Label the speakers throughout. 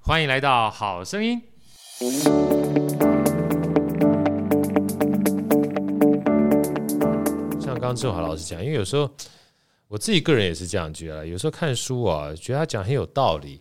Speaker 1: 欢迎来到《好声音》。像刚刚志华老师讲，因为有时候我自己个人也是这样觉得，有时候看书啊，觉得他讲很有道理，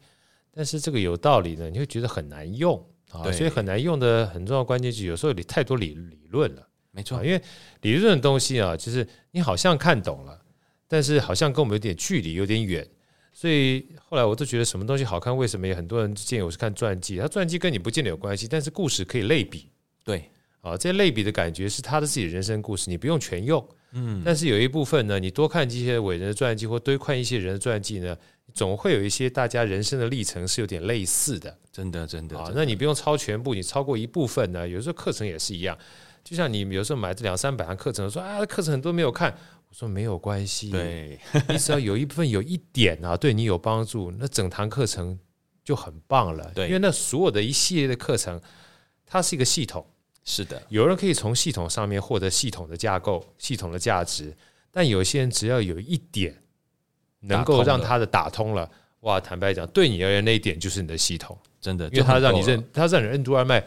Speaker 1: 但是这个有道理呢，你会觉得很难用啊，
Speaker 2: 对
Speaker 1: 所以很难用的很重要的关键就是有时候你太多理理论了。
Speaker 2: 没错
Speaker 1: 啊，因为理论的东西啊，就是你好像看懂了，但是好像跟我们有点距离，有点远。所以后来我都觉得什么东西好看，为什么也很多人建议我是看传记？他传记跟你不见得有关系，但是故事可以类比
Speaker 2: 对，
Speaker 1: 啊，这类比的感觉是他的自己的人生故事，你不用全用。嗯，但是有一部分呢，你多看这些伟人的传记，或多看一些人的传记呢，总会有一些大家人生的历程是有点类似的。
Speaker 2: 真的真的
Speaker 1: 啊，
Speaker 2: 真的
Speaker 1: 那你不用超全部，你超过一部分呢，有时候课程也是一样。就像你有时候买这两三百堂课程，说啊，课程很多没有看，我说没有关系，
Speaker 2: 对，
Speaker 1: 你只要有一部分有一点啊，对你有帮助，那整堂课程就很棒了。
Speaker 2: 对
Speaker 1: 因为那所有的一系列的课程，它是一个系统，
Speaker 2: 是的，
Speaker 1: 有人可以从系统上面获得系统的架构、系统的价值，但有些人只要有一点能够
Speaker 2: 打通
Speaker 1: 让
Speaker 2: 了
Speaker 1: 他的打通了，哇，坦白讲，对你而言那一点就是你的系统。
Speaker 2: 真的，
Speaker 1: 因为它
Speaker 2: 就很
Speaker 1: 让
Speaker 2: 够
Speaker 1: 你任
Speaker 2: 了，
Speaker 1: 它让你任督二脉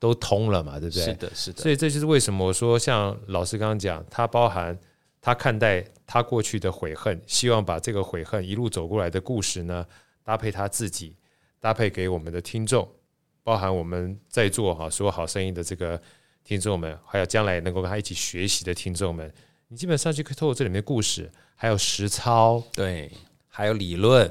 Speaker 1: 都通了嘛，对不对？
Speaker 2: 是的，是的，
Speaker 1: 所以这就是为什么我说，像老师刚刚讲，它包含他看待他过去的悔恨，希望把这个悔恨一路走过来的故事呢，搭配他自己，搭配给我们的听众，包含我们在座哈所有好声音的这个听众们，还有将来能够跟他一起学习的听众们，你基本上就可以透过这里面的故事，还有实操，
Speaker 2: 对，
Speaker 1: 还有理论，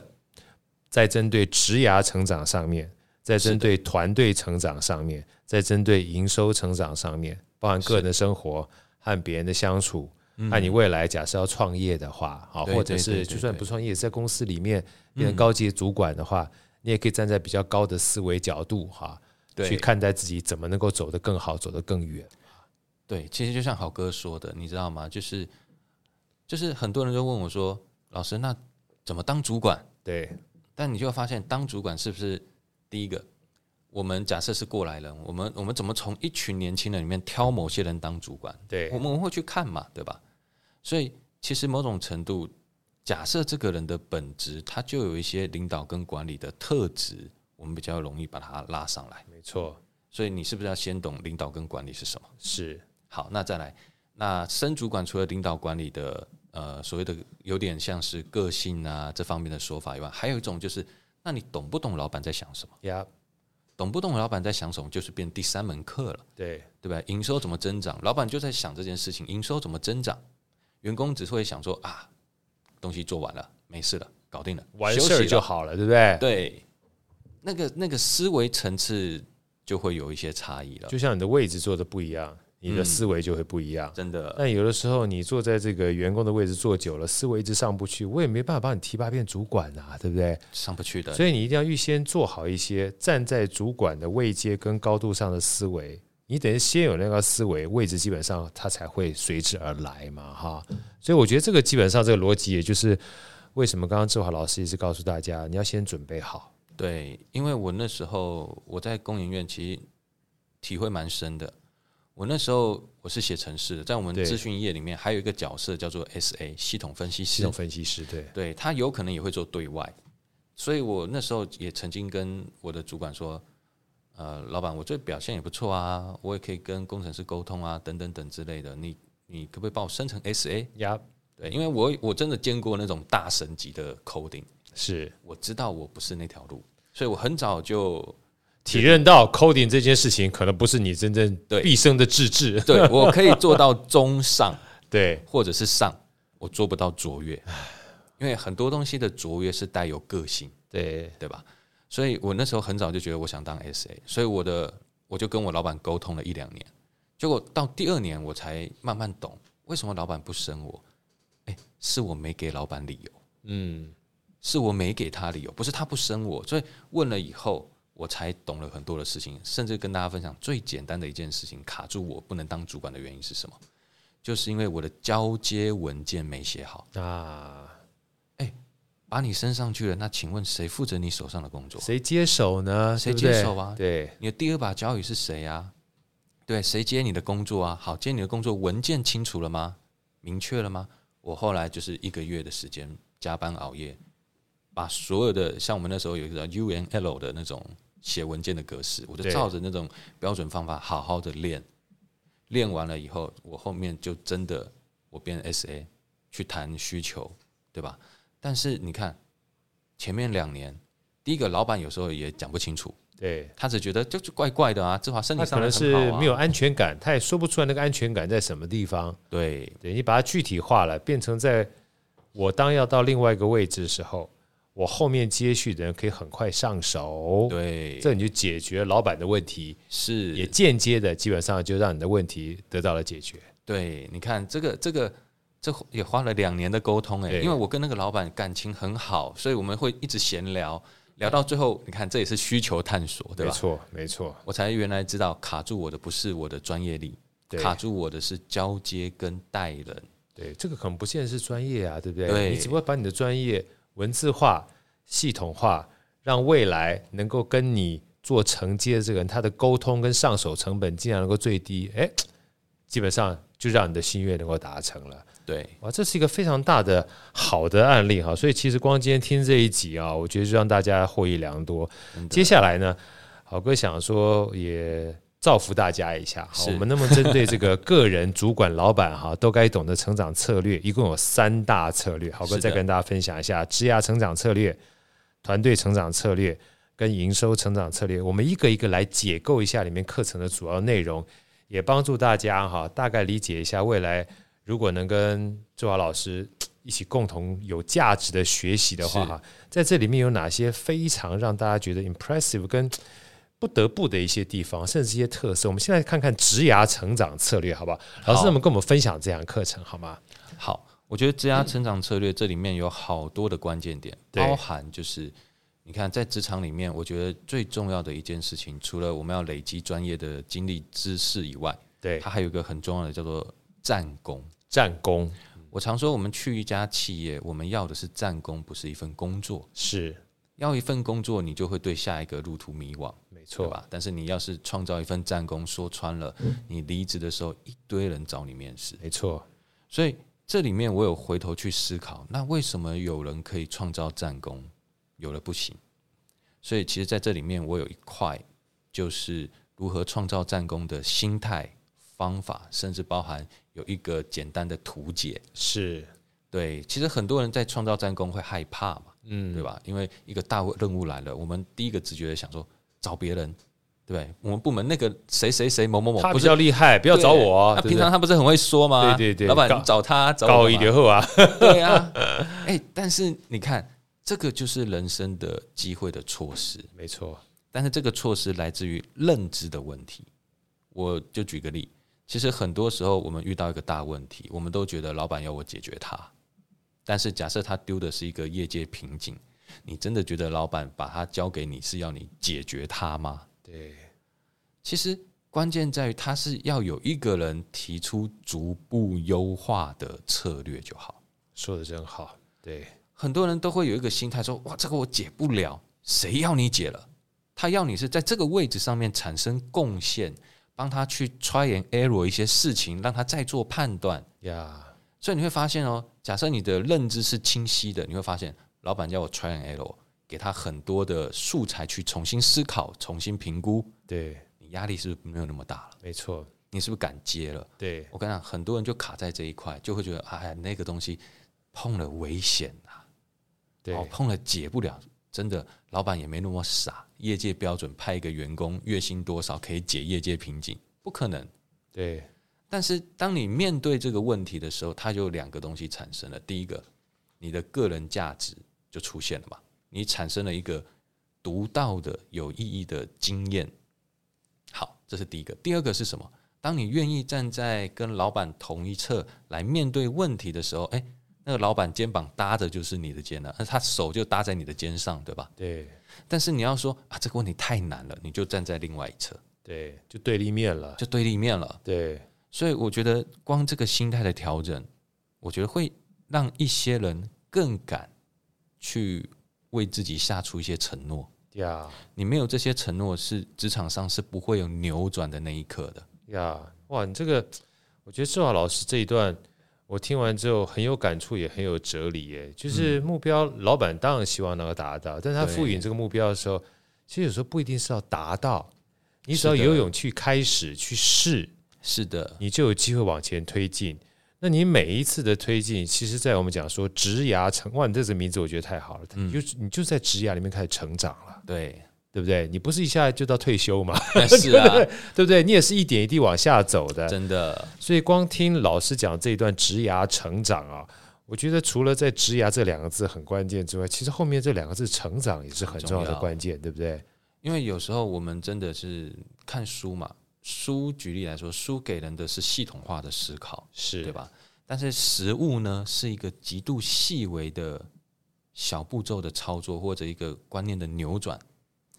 Speaker 1: 在针对职涯成长上面，在针对团队成长上面，在针对营收成长上面，包含个人的生活和别人的相处，
Speaker 2: 嗯
Speaker 1: 和嗯你未来假设要创业的话，啊，
Speaker 2: 对
Speaker 1: 或者
Speaker 2: 对
Speaker 1: 是
Speaker 2: 对对嗯
Speaker 1: 就算不创业，在公司里面变成高级主管的话，你也可以站在比较高的思维角度哈，
Speaker 2: 对
Speaker 1: 去看待自己怎么能够走得更好，走得更远。
Speaker 2: 对，其实就像好哥说的，你知道吗？就是就是很多人都问我说，老师，那怎么当主管？
Speaker 1: 对，
Speaker 2: 但你就会发现，当主管是不是第一个？我们假设是过来人，我们我们怎么从一群年轻人里面挑某些人当主管？
Speaker 1: 对
Speaker 2: 我，们会去看嘛，对吧？所以其实某种程度，假设这个人的本质，他就有一些领导跟管理的特质，我们比较容易把他拉上来。
Speaker 1: 没错，
Speaker 2: 所以你是不是要先懂领导跟管理是什么？
Speaker 1: 是
Speaker 2: 好，那再来，那升主管除了领导管理的呃所谓的有点像是个性啊这方面的说法以外，还有一种就是，那你懂不懂老板在想什么？
Speaker 1: 呀，
Speaker 2: 懂不懂老板在想什么，就是变第三门课了，
Speaker 1: 对，
Speaker 2: 对吧？营收怎么增长？老板就在想这件事情，营收怎么增长？员工只会想说啊，东西做完了，没事了，搞定了，
Speaker 1: 完
Speaker 2: 休息
Speaker 1: 事儿
Speaker 2: 了
Speaker 1: 就好了，对不对？
Speaker 2: 对，那个那个思维层次就会有一些差异了，
Speaker 1: 就像你的位置坐的不一样，你的
Speaker 2: 嗯
Speaker 1: 思维就会不一样。
Speaker 2: 真的
Speaker 1: 但有的时候你坐在这个员工的位置坐久了，思维一直上不去，我也没办法帮你提拔变主管啊，对不对？
Speaker 2: 上不去的。
Speaker 1: 所以你一定要预先做好一些站在主管的位阶跟高度上的思维。你等于先有那个思维，位置基本上它才会随之而来嘛，哈。所以我觉得这个基本上这个逻辑，也就是为什么刚刚志华老师一直告诉大家，你要先准备好。
Speaker 2: 对，因为我那时候我在工研院，其实体会蛮深的。我那时候我是写程式的，在我们
Speaker 1: 对
Speaker 2: 咨询业里面还有一个角色叫做 SA 系统分析
Speaker 1: 系
Speaker 2: 师
Speaker 1: 统，分析师对，
Speaker 2: 对他有可能也会做对外，所以我那时候也曾经跟我的主管说，呃，老板，我这表现也不错啊，我也可以跟工程师沟通啊，等等等之类的，你你可不可以帮我升成 SA？
Speaker 1: 呀，
Speaker 2: 对，因为我我真的见过那种大神级的 coding，
Speaker 1: 是
Speaker 2: 我知道我不是那条路，所以我很早就
Speaker 1: 体认到 coding 这件事情可能不是你真正
Speaker 2: 对
Speaker 1: 毕生的志志。
Speaker 2: 对我可以做到中上
Speaker 1: 对，
Speaker 2: 或者是上，我做不到卓越，因为很多东西的卓越是带有个性，
Speaker 1: 对，
Speaker 2: 对吧？所以我那时候很早就觉得我想当 SA，所以我的我就跟我老板沟通了一两年，结果到第二年我才慢慢懂为什么老板不升我，哎，是我没给老板理由，
Speaker 1: 嗯，
Speaker 2: 是我没给他理由，不是他不升我，所以问了以后。我才懂了很多的事情，甚至跟大家分享最简单的一件事情，卡住我不能当主管的原因是什么？就是因为我的交接文件没写好，
Speaker 1: 啊，
Speaker 2: 把你升上去了，那请问谁负责你手上的工作？
Speaker 1: 谁接手呢？
Speaker 2: 谁
Speaker 1: 对不对
Speaker 2: 接手啊
Speaker 1: 对，
Speaker 2: 你的第二把交椅是谁啊？对，谁接你的工作啊？好，接你的工作文件清楚了吗？明确了吗？我后来就是一个月的时间加班熬夜，把所有的像我们那时候有一个叫 UNL 的那种写文件的格式，我就
Speaker 1: 对
Speaker 2: 照着那种标准方法好好的练。练完了以后，我后面就真的我变 SA 去谈需求，对吧？但是你看前面两年，第一个老板有时候也讲不清楚，
Speaker 1: 对，
Speaker 2: 他只觉得就是怪怪的啊，志华身体
Speaker 1: 他可
Speaker 2: 上来
Speaker 1: 能
Speaker 2: 很
Speaker 1: 是
Speaker 2: 好啊，
Speaker 1: 没有安全感，他也说不出来那个安全感在什么地方。
Speaker 2: 对
Speaker 1: 对你把它具体化了，变成在我当要到另外一个位置的时候，我后面接续的人可以很快上手，
Speaker 2: 对
Speaker 1: 这你就解决老板的问题，
Speaker 2: 是
Speaker 1: 也间接的基本上就让你的问题得到了解决。
Speaker 2: 对，你看这个这个这也花了两年的沟通哎、
Speaker 1: 对
Speaker 2: 因为我跟那个老板感情很好，所以我们会一直闲聊，聊到最后，你看这也是需求探索，对
Speaker 1: 没
Speaker 2: 吧？
Speaker 1: 错，没错，
Speaker 2: 我才原来知道卡住我的不是我的专业力，
Speaker 1: 对
Speaker 2: 卡住我的是交接跟带人，
Speaker 1: 对，这个可能不见得是专业啊，对不对？
Speaker 2: 对
Speaker 1: 你只不过把你的专业文字化、系统化，让未来能够跟你做承接的这个人，他的沟通跟上手成本尽量能够最低，哎，基本上就让你的心愿能够达成了。
Speaker 2: 对
Speaker 1: 哇，这是一个非常大的好的案例哈，所以其实光今天听这一集啊，我觉得就让大家获益良多。接下来呢，好哥想说也造福大家一下，好
Speaker 2: 是
Speaker 1: 我们那么针对这个个人、主管、老板哈，都该懂的成长策略，一共有三大策略，好哥
Speaker 2: 是
Speaker 1: 再
Speaker 2: 的
Speaker 1: 跟大家分享一下：职涯成长策略、团队成长策略跟营收成长策略，我们一个一个来解构一下里面课程的主要内容，也帮助大家哈大概理解一下未来。如果能跟周华老师一起共同有价值的学习的话，
Speaker 2: 是
Speaker 1: 哈，在这里面有哪些非常让大家觉得 impressive 跟不得不的一些地方，甚至一些特色？我们现在看看职涯成长策略，好不好？老师，
Speaker 2: 好
Speaker 1: 能不能跟我们分享这堂课程好吗？
Speaker 2: 好，我觉得职涯成长策略这里面有好多的关键点，
Speaker 1: 对
Speaker 2: 包含就是你看在职场里面，我觉得最重要的一件事情，除了我们要累积专业的经历知识以外，
Speaker 1: 对，
Speaker 2: 它还有一个很重要的叫做战功。
Speaker 1: 战功
Speaker 2: 我常说，我们去一家企业，我们要的是战功，不是一份工作。
Speaker 1: 是
Speaker 2: 要一份工作，你就会对下一个路途迷惘，
Speaker 1: 没
Speaker 2: 对
Speaker 1: 错，嗯
Speaker 2: 吧？但是你要是创造一份战功，说穿了，你离职的时候，一堆人找你面试。
Speaker 1: 没错，
Speaker 2: 所以这里面我有回头去思考，那为什么有人可以创造战功，有了不行？所以其实在这里面我有一块就是如何创造战功的心态、方法，甚至包含有一个简单的图解。
Speaker 1: 是
Speaker 2: 对，其实很多人在创造战功会害怕嘛，
Speaker 1: 嗯，
Speaker 2: 对吧？因为一个大任务来了，我们第一个直觉想说找别人，对不对？我们部门那个谁谁谁某某某
Speaker 1: 他
Speaker 2: 不
Speaker 1: 比
Speaker 2: 是
Speaker 1: 较厉害，不要找我哦，
Speaker 2: 那
Speaker 1: 对
Speaker 2: 平
Speaker 1: 不
Speaker 2: 常
Speaker 1: 对？
Speaker 2: 他不是很会说吗？
Speaker 1: 对对对
Speaker 2: 老板
Speaker 1: 搞
Speaker 2: 你找他找
Speaker 1: 高
Speaker 2: 我
Speaker 1: 一
Speaker 2: 嘛
Speaker 1: 点后啊，
Speaker 2: 对啊，哎、但是你看，这个就是人生的机会的措施，
Speaker 1: 没错，
Speaker 2: 但是这个措施来自于认知的问题。我就举个例，其实很多时候我们遇到一个大问题，我们都觉得老板要我解决它，但是假设他丢的是一个业界瓶颈，你真的觉得老板把它交给你是要你解决它吗？
Speaker 1: 对，
Speaker 2: 其实关键在于，他是要有一个人提出逐步优化的策略就好。
Speaker 1: 说的真好，对，
Speaker 2: 很多人都会有一个心态说：“哇，这个我解不了，谁要你解了？”他要你是在这个位置上面产生贡献，帮他去 try and error 一些事情，让他再做判断。
Speaker 1: 呀，
Speaker 2: 所以你会发现哦，假设你的认知是清晰的，你会发现老板叫我 try and error，给他很多的素材去重新思考、重新评估，
Speaker 1: 对，
Speaker 2: 你压力是不是没有那么大了？
Speaker 1: 没错，
Speaker 2: 你是不是敢接了？
Speaker 1: 对，
Speaker 2: 我跟你讲，很多人就卡在这一块，就会觉得哎呀，那个东西碰了危险啊，
Speaker 1: 对
Speaker 2: 哦，，碰了解不了，真的，老板也没那么傻。业界标准派一个员工月薪多少可以解业界瓶颈，不可能。
Speaker 1: 对，
Speaker 2: 但是当你面对这个问题的时候，它就有两个东西产生了。第一个，你的个人价值就出现了嘛，你产生了一个独到的、有意义的经验。好，这是第一个。第二个是什么？当你愿意站在跟老板同一侧来面对问题的时候，哎，那个老板肩膀搭着就是你的肩了、那他手就搭在你的肩上，对吧？
Speaker 1: 对，
Speaker 2: 但是你要说啊，这个问题太难了，你就站在另外一侧，
Speaker 1: 对，就对立面了，
Speaker 2: 就对立面了。
Speaker 1: 对，
Speaker 2: 所以我觉得光这个心态的调整，我觉得会让一些人更敢去为自己下出一些承诺。
Speaker 1: 呀
Speaker 2: 你没有这些承诺，是职场上是不会有扭转的那一刻的。
Speaker 1: 呀，哇，你这个，我觉得志华老师这一段。我听完之后很有感触，也很有哲理耶。就是目标，老板当然希望能够达到，但是他
Speaker 2: 嗯对
Speaker 1: 赋予你这个目标的时候，其实有时候不一定是要达到，你只
Speaker 2: 是
Speaker 1: 要
Speaker 2: 的
Speaker 1: 有勇气开始去试，
Speaker 2: 是的，
Speaker 1: 你就有机会往前推进。那你每一次的推进，其实，在我们讲说“职涯成”，哇，你这个名字我觉得太好了，你就你就在职涯里面开始成长了，
Speaker 2: 对，
Speaker 1: 对不对？你不是一下就到退休嘛，
Speaker 2: 但是啊，
Speaker 1: 对不对？你也是一点一滴往下走的，
Speaker 2: 真的
Speaker 1: 所以光听老师讲这一段职涯成长啊，我觉得除了在职涯这两个字很关键之外，其实后面这两个字成长也是很重要的关键，对不对？
Speaker 2: 因为有时候我们真的是看书嘛，书举例来说，书给人的是系统化的思考，
Speaker 1: 是
Speaker 2: 对？吧？但是食物呢，是一个极度细微的小步骤的操作，或者一个观念的扭转，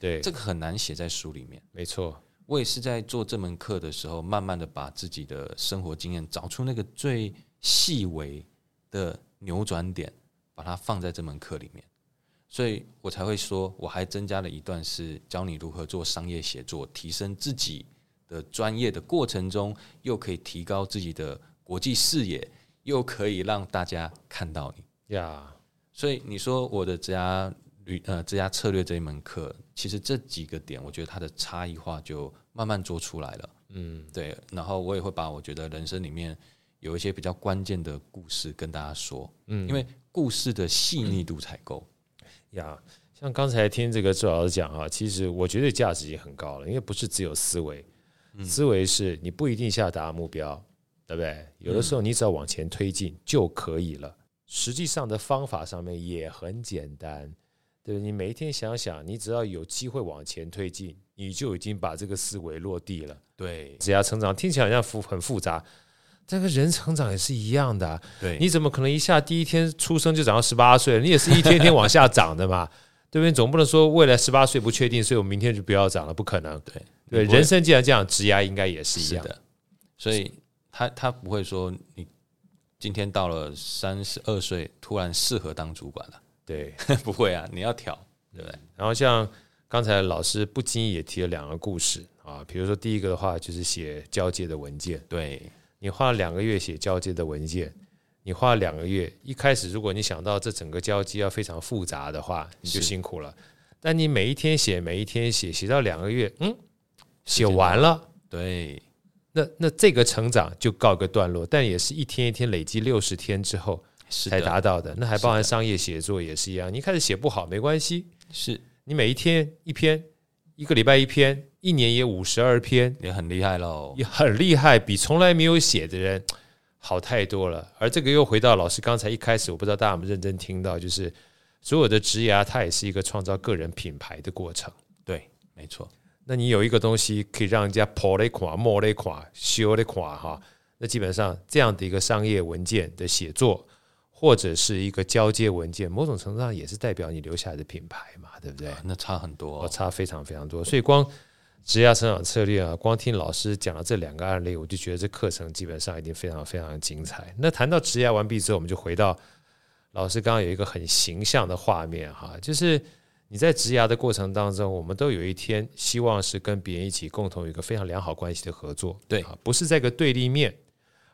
Speaker 1: 对，
Speaker 2: 这个很难写在书里面。
Speaker 1: 没错，
Speaker 2: 我也是在做这门课的时候，慢慢的把自己的生活经验找出那个最细微的扭转点，把它放在这门课里面，所以我才会说，我还增加了一段是教你如何做商业写作，提升自己的专业的过程中，又可以提高自己的国际视野，又可以让大家看到你。
Speaker 1: 呀，
Speaker 2: 所以你说我的职涯旅呃职涯策略这一门课，其实这几个点，我觉得它的差异化就慢慢做出来了。嗯，对。然后我也会把我觉得人生里面有一些比较关键的故事跟大家说，嗯，因为故事的细腻度才够。
Speaker 1: 呀，像刚才听这个周老师讲啊，其实我觉得价值已经很高了，因为不是只有思维，思维是你不一定下达目标，对不对？有的时候你只要往前推进就可以了。实际上的方法上面也很简单，对不对？你每一天想想，你只要有机会往前推进，你就已经把这个思维落地了。
Speaker 2: 对
Speaker 1: 职业成长听起来好像复很复杂，但跟人成长也是一样的啊、
Speaker 2: 对，
Speaker 1: 你怎么可能一下第一天出生就长到十八岁？你也是一天天往下长的嘛， 对不对？你总不能说未来十八岁不确定，所以我明天就不要长了，不可能。
Speaker 2: 对
Speaker 1: 对，
Speaker 2: 你不会
Speaker 1: 人生既然这样，职涯应该也是一
Speaker 2: 是
Speaker 1: 样。
Speaker 2: 的，所以他他不会说你今天到了三十二岁突然适合当主管了，
Speaker 1: 对。
Speaker 2: 不会啊，你要调，对不对？
Speaker 1: 然后像刚才老师不经意也提了两个故事啊，比如说第一个的话就是写交界的文件，
Speaker 2: 对，
Speaker 1: 你花了两个月写交接的文件，你花了两个月，一开始如果你想到这整个交接要非常复杂的话，你就是辛苦了。但你每一天写，每一天写，写到两个月，嗯，写完了，
Speaker 2: 对，
Speaker 1: 那那这个成长就告一个段落，但也是一天一天累积六十天之后
Speaker 2: 是
Speaker 1: 才
Speaker 2: 的，
Speaker 1: 达到的。那还包含商业写作也是一样，你一开始写不好没关系，
Speaker 2: 是
Speaker 1: 你每一天一篇，一个礼拜一篇，一年也五十二篇，
Speaker 2: 也很厉害喽。
Speaker 1: 也很厉害，比从来没有写的人好太多了。而这个又回到老师刚才一开始，我不知道大家有没有认真听到，就是所有的职涯，它也是一个创造个人品牌的过程。
Speaker 2: 对，没错，
Speaker 1: 那你有一个东西可以让人家破嘞垮、摸嘞垮、修嘞垮哈，那基本上这样的一个商业文件的写作，或者是一个交接文件，某种程度上也是代表你留下来的品牌嘛，对不对？
Speaker 2: 啊那差很多
Speaker 1: 哦，
Speaker 2: 哦。
Speaker 1: 差非常非常多。所以光职业成长策略啊，光听老师讲了这两个案例，我就觉得这课程基本上已经非常非常精彩。那谈到职业完毕之后，我们就回到老师刚刚有一个很形象的画面哈，就是你在职涯的过程当中，我们都有一天希望是跟别人一起共同有一个非常良好关系的合作，
Speaker 2: 对
Speaker 1: 啊，不是在一个对立面，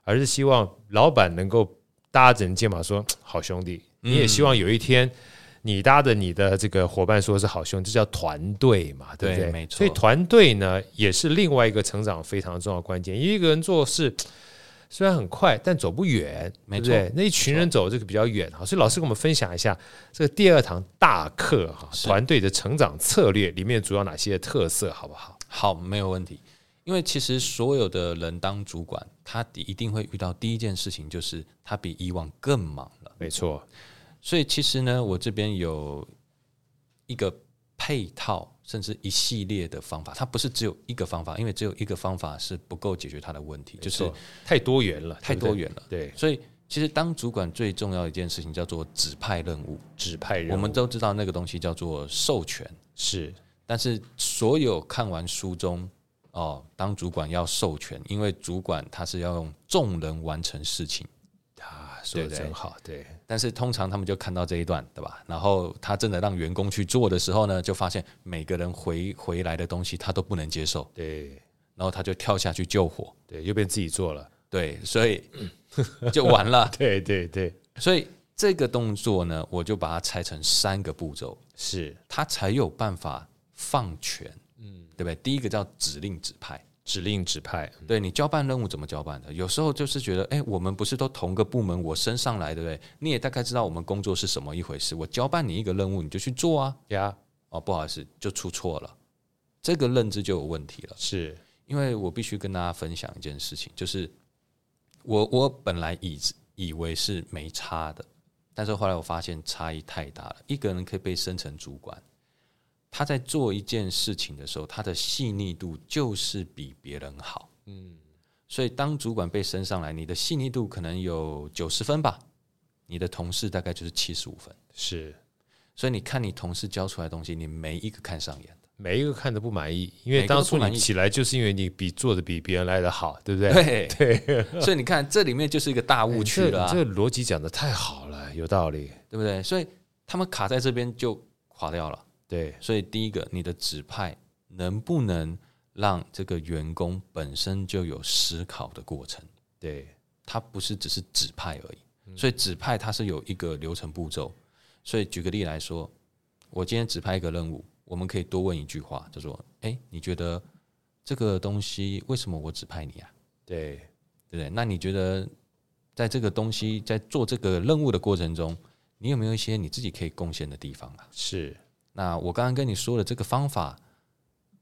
Speaker 1: 而是希望老板能够搭着你肩膀说：“好兄弟。”
Speaker 2: 嗯
Speaker 1: 你也希望有一天。你搭着你的这个伙伴说是好兄弟，这叫团队嘛，对不对？
Speaker 2: 对没错
Speaker 1: 所以团队呢，也是另外一个成长非常重要的关键。因为一个人做事虽然很快，但走不远，
Speaker 2: 没
Speaker 1: 对不对
Speaker 2: 错
Speaker 1: 那一群人走这个比较远哈。所以老师跟我们分享一下这个第二堂大课哈，
Speaker 2: 是
Speaker 1: 团队的成长策略里面主要哪些特色，好不好？
Speaker 2: 好，没有问题。因为其实所有的人当主管，他一定会遇到第一件事情就是他比以往更忙了。
Speaker 1: 没错，
Speaker 2: 所以其实呢，我这边有一个配套，甚至一系列的方法，它不是只有一个方法，因为只有一个方法是不够解决他的问题，
Speaker 1: 没
Speaker 2: 就是
Speaker 1: 错太多元了，
Speaker 2: 太
Speaker 1: 对不对
Speaker 2: 多元了。
Speaker 1: 对
Speaker 2: 所以其实当主管最重要的一件事情叫做指派任务，
Speaker 1: 指派人物，
Speaker 2: 我们都知道那个东西叫做授权。
Speaker 1: 是
Speaker 2: 但是所有看完书中哦，当主管要授权，因为主管他是要用众人完成事情，
Speaker 1: 啊，说的
Speaker 2: 对对
Speaker 1: 真好，对
Speaker 2: 但是通常他们就看到这一段，对吧？然后他真的让员工去做的时候呢，就发现每个人回回来的东西他都不能接受，
Speaker 1: 对
Speaker 2: 然后他就跳下去救火，
Speaker 1: 对，又变自己做了，
Speaker 2: 对，所以就完了。
Speaker 1: 对对对，
Speaker 2: 所以这个动作呢，我就把它拆成三个步骤，
Speaker 1: 是
Speaker 2: 他才有办法放权，嗯，对不对？第一个叫指令指派，
Speaker 1: 指令指派，
Speaker 2: 对你交办任务怎么交办的？有时候就是觉得，哎、我们不是都同个部门，我升上来，对不对？你也大概知道我们工作是什么一回事。我交办你一个任务，你就去做啊。
Speaker 1: 呀，
Speaker 2: 哦，不好意思，就出错了，这个认知就有问题了。
Speaker 1: 是
Speaker 2: 因为我必须跟大家分享一件事情，就是我我本来以以为是没差的，但是后来我发现差异太大了。一个人可以被升成主管，他在做一件事情的时候，他的细腻度就是比别人好。嗯，所以当主管被升上来，你的细腻度可能有九十分吧，你的同事大概就是七十五分。
Speaker 1: 是，
Speaker 2: 所以你看你同事教出来的东西，你没一个看上眼的。
Speaker 1: 每一个看的不满意，因为
Speaker 2: 每个都
Speaker 1: 当初
Speaker 2: 不满意
Speaker 1: 你起来就是因为你比做的比别人来的好，对不对？
Speaker 2: 对对，所以你看这里面就是一个大误
Speaker 1: 哎
Speaker 2: 区了、啊
Speaker 1: 这这逻辑讲的太好了，有道理。
Speaker 2: 对不对？所以他们卡在这边就垮掉了。
Speaker 1: 对，
Speaker 2: 所以第一个，你的指派能不能让这个员工本身就有思考的过程？
Speaker 1: 对，
Speaker 2: 它不是只是指派而已。所以指派它是有一个流程步骤。所以举个例来说，我今天指派一个任务，我们可以多问一句话，就说：“哎，你觉得这个东西为什么我指派你啊？”
Speaker 1: 对，
Speaker 2: 对不对？那你觉得在这个东西在做这个任务的过程中，你有没有一些你自己可以贡献的地方啊？
Speaker 1: 是，
Speaker 2: 那我刚刚跟你说的这个方法，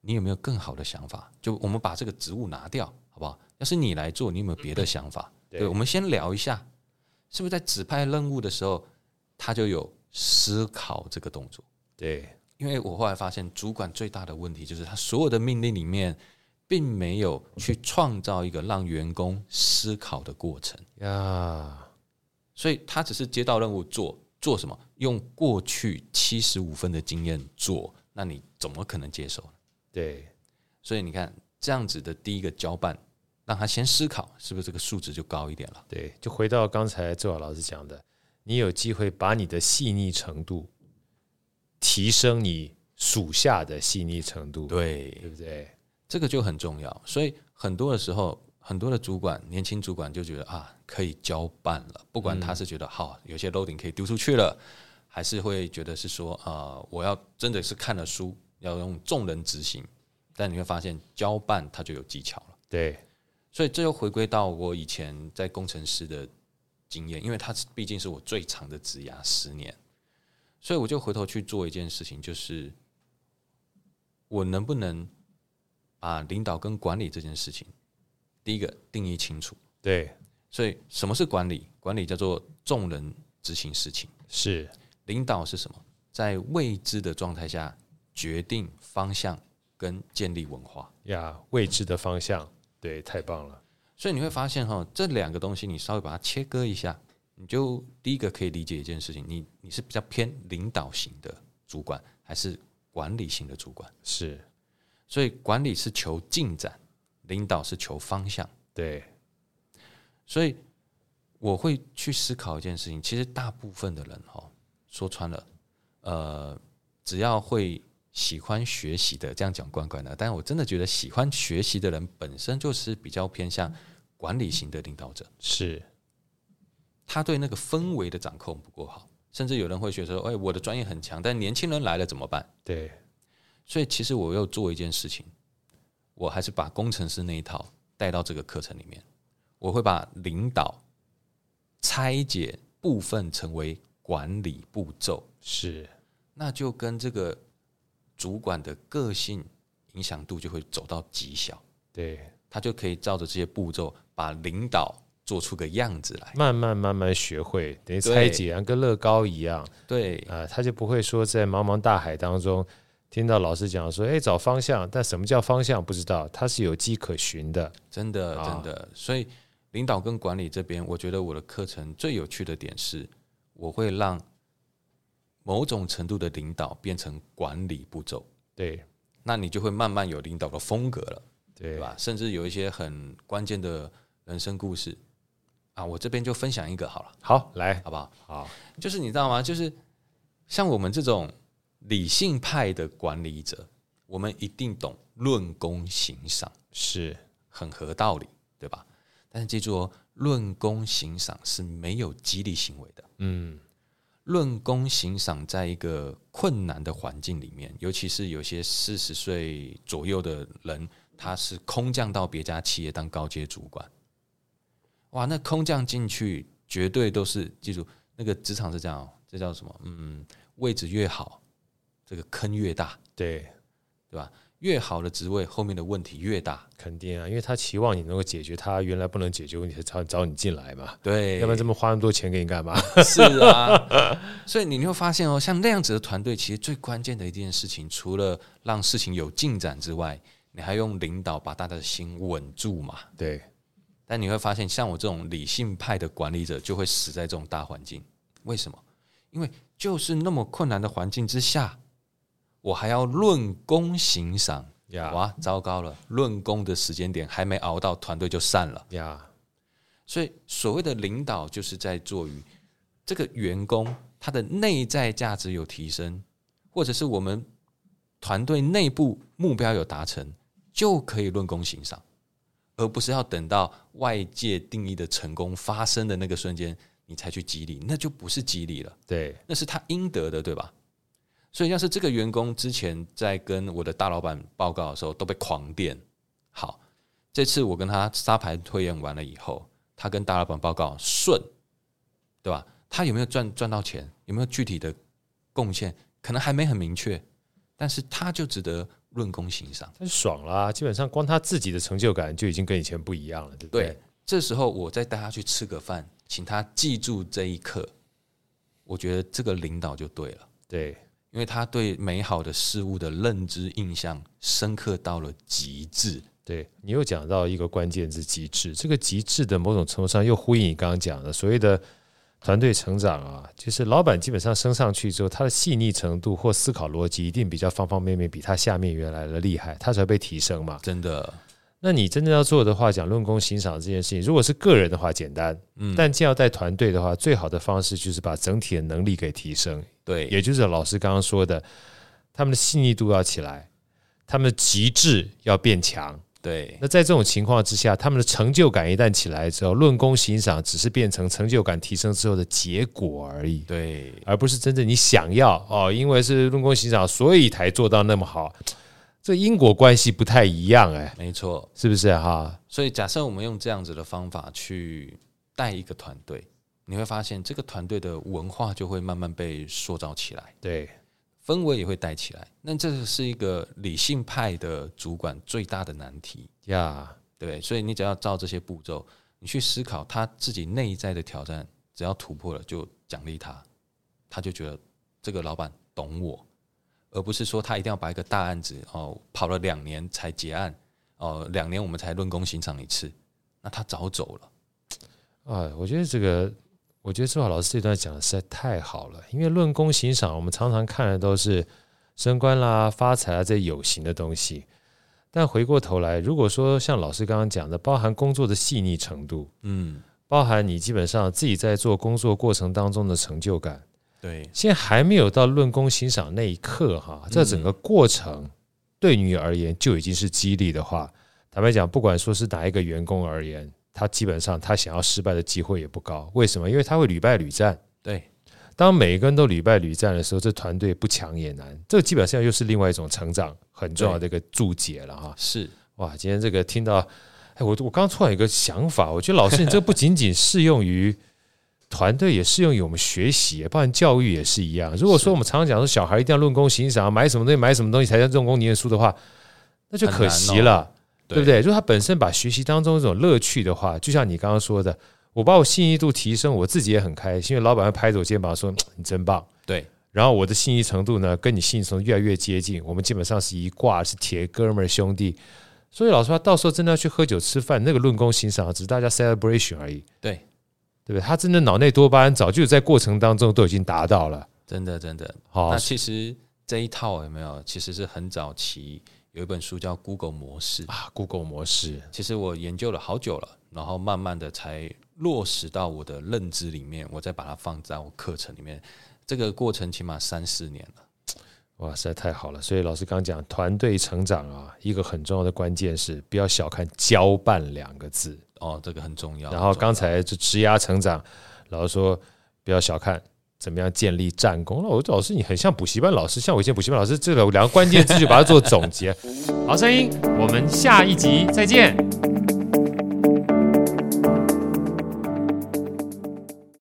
Speaker 2: 你有没有更好的想法？就我们把这个职务拿掉，好不好？要是你来做，你有没有别的想法？
Speaker 1: 对
Speaker 2: 对，我们先聊一下，是不是在指派任务的时候，他就有思考这个动作？
Speaker 1: 对，
Speaker 2: 因为我后来发现，主管最大的问题就是他所有的命令里面，并没有去创造一个让员工思考的过程，
Speaker 1: 呀，
Speaker 2: 所以他只是接到任务做做什么，用过去七十五分的经验做，那你怎么可能接受呢？
Speaker 1: 对，
Speaker 2: 所以你看，这样子的第一个交办，让他先思考，是不是这个数值就高一点了？
Speaker 1: 对，就回到刚才周老老师讲的，你有机会把你的细腻程度提升，你属下的细腻程度，
Speaker 2: 对
Speaker 1: 对不对？
Speaker 2: 这个就很重要。所以很多的时候，很多的主管，年轻主管就觉得啊，可以交办了，不管他是觉得好，有些 loading 可以丢出去了，还是会觉得是说啊、呃我要真的是看了书，要用众人执行。但你会发现，交办它就有技巧了。
Speaker 1: 对，
Speaker 2: 所以这又回归到我以前在工程师的经验，因为它是毕竟是我最长的职涯十年，所以我就回头去做一件事情，就是我能不能把领导跟管理这件事情，第一个定义清楚。
Speaker 1: 对，
Speaker 2: 所以什么是管理？管理叫做众人执行事情，
Speaker 1: 是，
Speaker 2: 领导是什么？在未知的状态下决定方向跟建立文化。
Speaker 1: 呀，未知的方向，对，太棒了，
Speaker 2: 所以你会发现哈，这两个东西你稍微把它切割一下，你就第一个可以理解一件事情，你你是比较偏领导型的主管，还是管理型的主管？
Speaker 1: 是
Speaker 2: 所以管理是求进展，领导是求方向。
Speaker 1: 对，
Speaker 2: 所以我会去思考一件事情，其实大部分的人哈，说穿了，呃，只要会喜欢学习的，这样讲怪怪的，但我真的觉得喜欢学习的人本身就是比较偏向管理型的领导者。
Speaker 1: 是，
Speaker 2: 他对那个氛围的掌控不够好，甚至有人会觉得说：“哎，我的专业很强，但年轻人来了怎么办
Speaker 1: 对，？”
Speaker 2: 所以其实我又做一件事情，我还是把工程师那一套带到这个课程里面，我会把领导拆解部分成为管理步骤，
Speaker 1: 是，
Speaker 2: 那就跟这个主管的个性影响度就会走到极小，
Speaker 1: 对，
Speaker 2: 他就可以照着这些步骤把领导做出个样子来。
Speaker 1: 慢慢慢慢学会，等于拆解，像跟乐高一样
Speaker 2: 对，
Speaker 1: 啊、他就不会说在茫茫大海当中听到老师讲说，哎，找方向，但什么叫方向不知道，它是有迹可循的，
Speaker 2: 真的，
Speaker 1: 啊
Speaker 2: 真的。所以领导跟管理这边，我觉得我的课程最有趣的点是，我会让某种程度的领导变成管理步骤，
Speaker 1: 对，
Speaker 2: 那你就会慢慢有领导的风格了，对
Speaker 1: 对，
Speaker 2: 吧？甚至有一些很关键的人生故事啊，我这边就分享一个好了，
Speaker 1: 好，来，
Speaker 2: 好不好？
Speaker 1: 好，
Speaker 2: 就是你知道吗？就是像我们这种理性派的管理者，我们一定懂论功行赏。
Speaker 1: 是
Speaker 2: 很合道理，对吧？但是记住哦，论功行赏是没有激励行为的。嗯，论功行赏，在一个困难的环境里面，尤其是有些四十岁左右的人，他是空降到别家企业当高阶主管，哇，那空降进去绝对都是记住那个职场是这样、哦，这叫什么？嗯，位置越好，这个坑越大，
Speaker 1: 对，
Speaker 2: 对吧？越好的职位，后面的问题越大。
Speaker 1: 肯定啊，因为他期望你能够解决他原来不能解决问题，才找找你进来嘛，
Speaker 2: 对，
Speaker 1: 要不然这么花那么多钱给你干嘛？
Speaker 2: 是啊，所以你会发现哦，像那样子的团队，其实最关键的一件事情，除了让事情有进展之外，你还用领导把大家的心稳住嘛。
Speaker 1: 对，
Speaker 2: 但你会发现，像我这种理性派的管理者，就会死在这种大环境。为什么？因为就是那么困难的环境之下，我还要论功行赏。
Speaker 1: 呀
Speaker 2: 哇，糟糕了！论功的时间点还没熬到，团队就散了。
Speaker 1: 呀，
Speaker 2: 所以所谓的领导，就是在做于这个员工他的内在价值有提升，或者是我们团队内部目标有达成，就可以论功行赏，而不是要等到外界定义的成功发生的那个瞬间，你才去激励，那就不是激励了。
Speaker 1: 对
Speaker 2: 那是他应得的，对吧？所以要是这个员工之前在跟我的大老板报告的时候都被狂电，好，这次我跟他沙盘推演完了以后，他跟大老板报告顺，对吧？他有没有赚赚到钱？有没有具体的贡献？可能还没很明确，但是他就值得论功行赏。
Speaker 1: 他就爽啦、基本上光他自己的成就感就已经跟以前不一样了，对不
Speaker 2: 对，这时候我再带他去吃个饭，请他记住这一刻，我觉得这个领导就对了。
Speaker 1: 对，
Speaker 2: 因为他对美好的事物的认知印象深刻到了极致。
Speaker 1: 对你又讲到一个关键字极致，这个极致的某种程度上又呼应你刚刚讲的所谓的团队成长啊，就是老板基本上升上去之后，他的细腻程度或思考逻辑一定比较方方面面比他下面原来的厉害，他才会被提升嘛。
Speaker 2: 真的，
Speaker 1: 那你真正要做的话，讲论功行赏这件事情，如果是个人的话简单，
Speaker 2: 嗯，
Speaker 1: 但既要带团队的话，最好的方式就是把整体的能力给提升，
Speaker 2: 对，
Speaker 1: 也就是老师刚刚说的，他们的细腻度要起来，他们的极致要变强。
Speaker 2: 对，
Speaker 1: 那在这种情况之下，他们的成就感一旦起来之后，论功行赏只是变成成就感提升之后的结果而已，
Speaker 2: 对，
Speaker 1: 而不是真正你想要哦，因为是论功行赏，所以才做到那么好。这因果关系不太一样，哎，
Speaker 2: 没错。
Speaker 1: 是不是哈？
Speaker 2: 所以，假设我们用这样子的方法去带一个团队，你会发现这个团队的文化就会慢慢被塑造起来，
Speaker 1: 对
Speaker 2: 氛围也会带起来。那这是一个理性派的主管最大的难题。
Speaker 1: 呀，
Speaker 2: 对，所以你只要照这些步骤，你去思考他自己内在的挑战，只要突破了就奖励他，他就觉得这个老板懂我，而不是说他一定要把一个大案子哦跑了两年才结案，哦两年我们才论功行赏一次，那他早走了。
Speaker 1: 啊，我觉得这个，我觉得周华老师这段讲的实在太好了，因为论功行赏，我们常常看的都是升官啦、发财啊啦这些有形的东西，但回过头来，如果说像老师刚刚讲的，包含工作的细腻程度，
Speaker 2: 嗯，
Speaker 1: 包含你基本上自己在做工作过程当中的成就感，
Speaker 2: 对，
Speaker 1: 现在还没有到论功行赏那一刻哈，这整个过程对你而言就已经是激励的话，坦白讲，不管说是哪一个员工而言，他基本上他想要失败的机会也不高。为什么？因为他会屡败屡战。
Speaker 2: 对，
Speaker 1: 当每一个人都屡败屡战的时候，这团队不强也难。这个基本上又是另外一种成长很重要的一个注解了哈。
Speaker 2: 是，
Speaker 1: 哇，今天这个听到，哎，我我刚突然有一个想法，我觉得老师，你这不仅仅适用于团队，也适用于我们学习，包含教育也是一样。如果说我们常常讲说小孩一定要论功行赏，买什么东西买什么东西才叫论功念书的话，那就可惜
Speaker 2: 很
Speaker 1: 了，
Speaker 2: 对
Speaker 1: 对不对？如果他本身把学习当中一种乐趣的话，就像你刚刚说的，我把我信誉度提升，我自己也很开心，因为老板会拍着我肩膀说嗯你真棒。
Speaker 2: 对，
Speaker 1: 然后我的信义程度呢，跟你信义程度越来越接近，我们基本上是一挂，是铁哥们儿兄弟。所以老实话，到时候真的要去喝酒吃饭，那个论功行赏，只是大家 celebration 而已，
Speaker 2: 对，
Speaker 1: 对不对？他真的脑内多巴胺早就在过程当中都已经达到了。
Speaker 2: 真的，真的。
Speaker 1: 好
Speaker 2: 那，其实这一套有没有？其实是很早期有一本书叫《Google 模式》。
Speaker 1: 啊，Google 模式
Speaker 2: 其实我研究了好久了，然后慢慢的才落实到我的认知里面，我再把它放在我课程里面。这个过程起码三四年了，
Speaker 1: 哇，实在太好了！所以老师刚讲团队成长啊，一个很重要的关键是不要小看“交办”两个字。
Speaker 2: 哦，这个很重要。
Speaker 1: 然后
Speaker 2: 很重要
Speaker 1: 刚才就职涯成长，老师说不要小看怎么样建立战功。那我说老师，你很像补习班老师，像我以前补习班老师，这个两个关键字就把它做总结。好声音，我们下一集再见。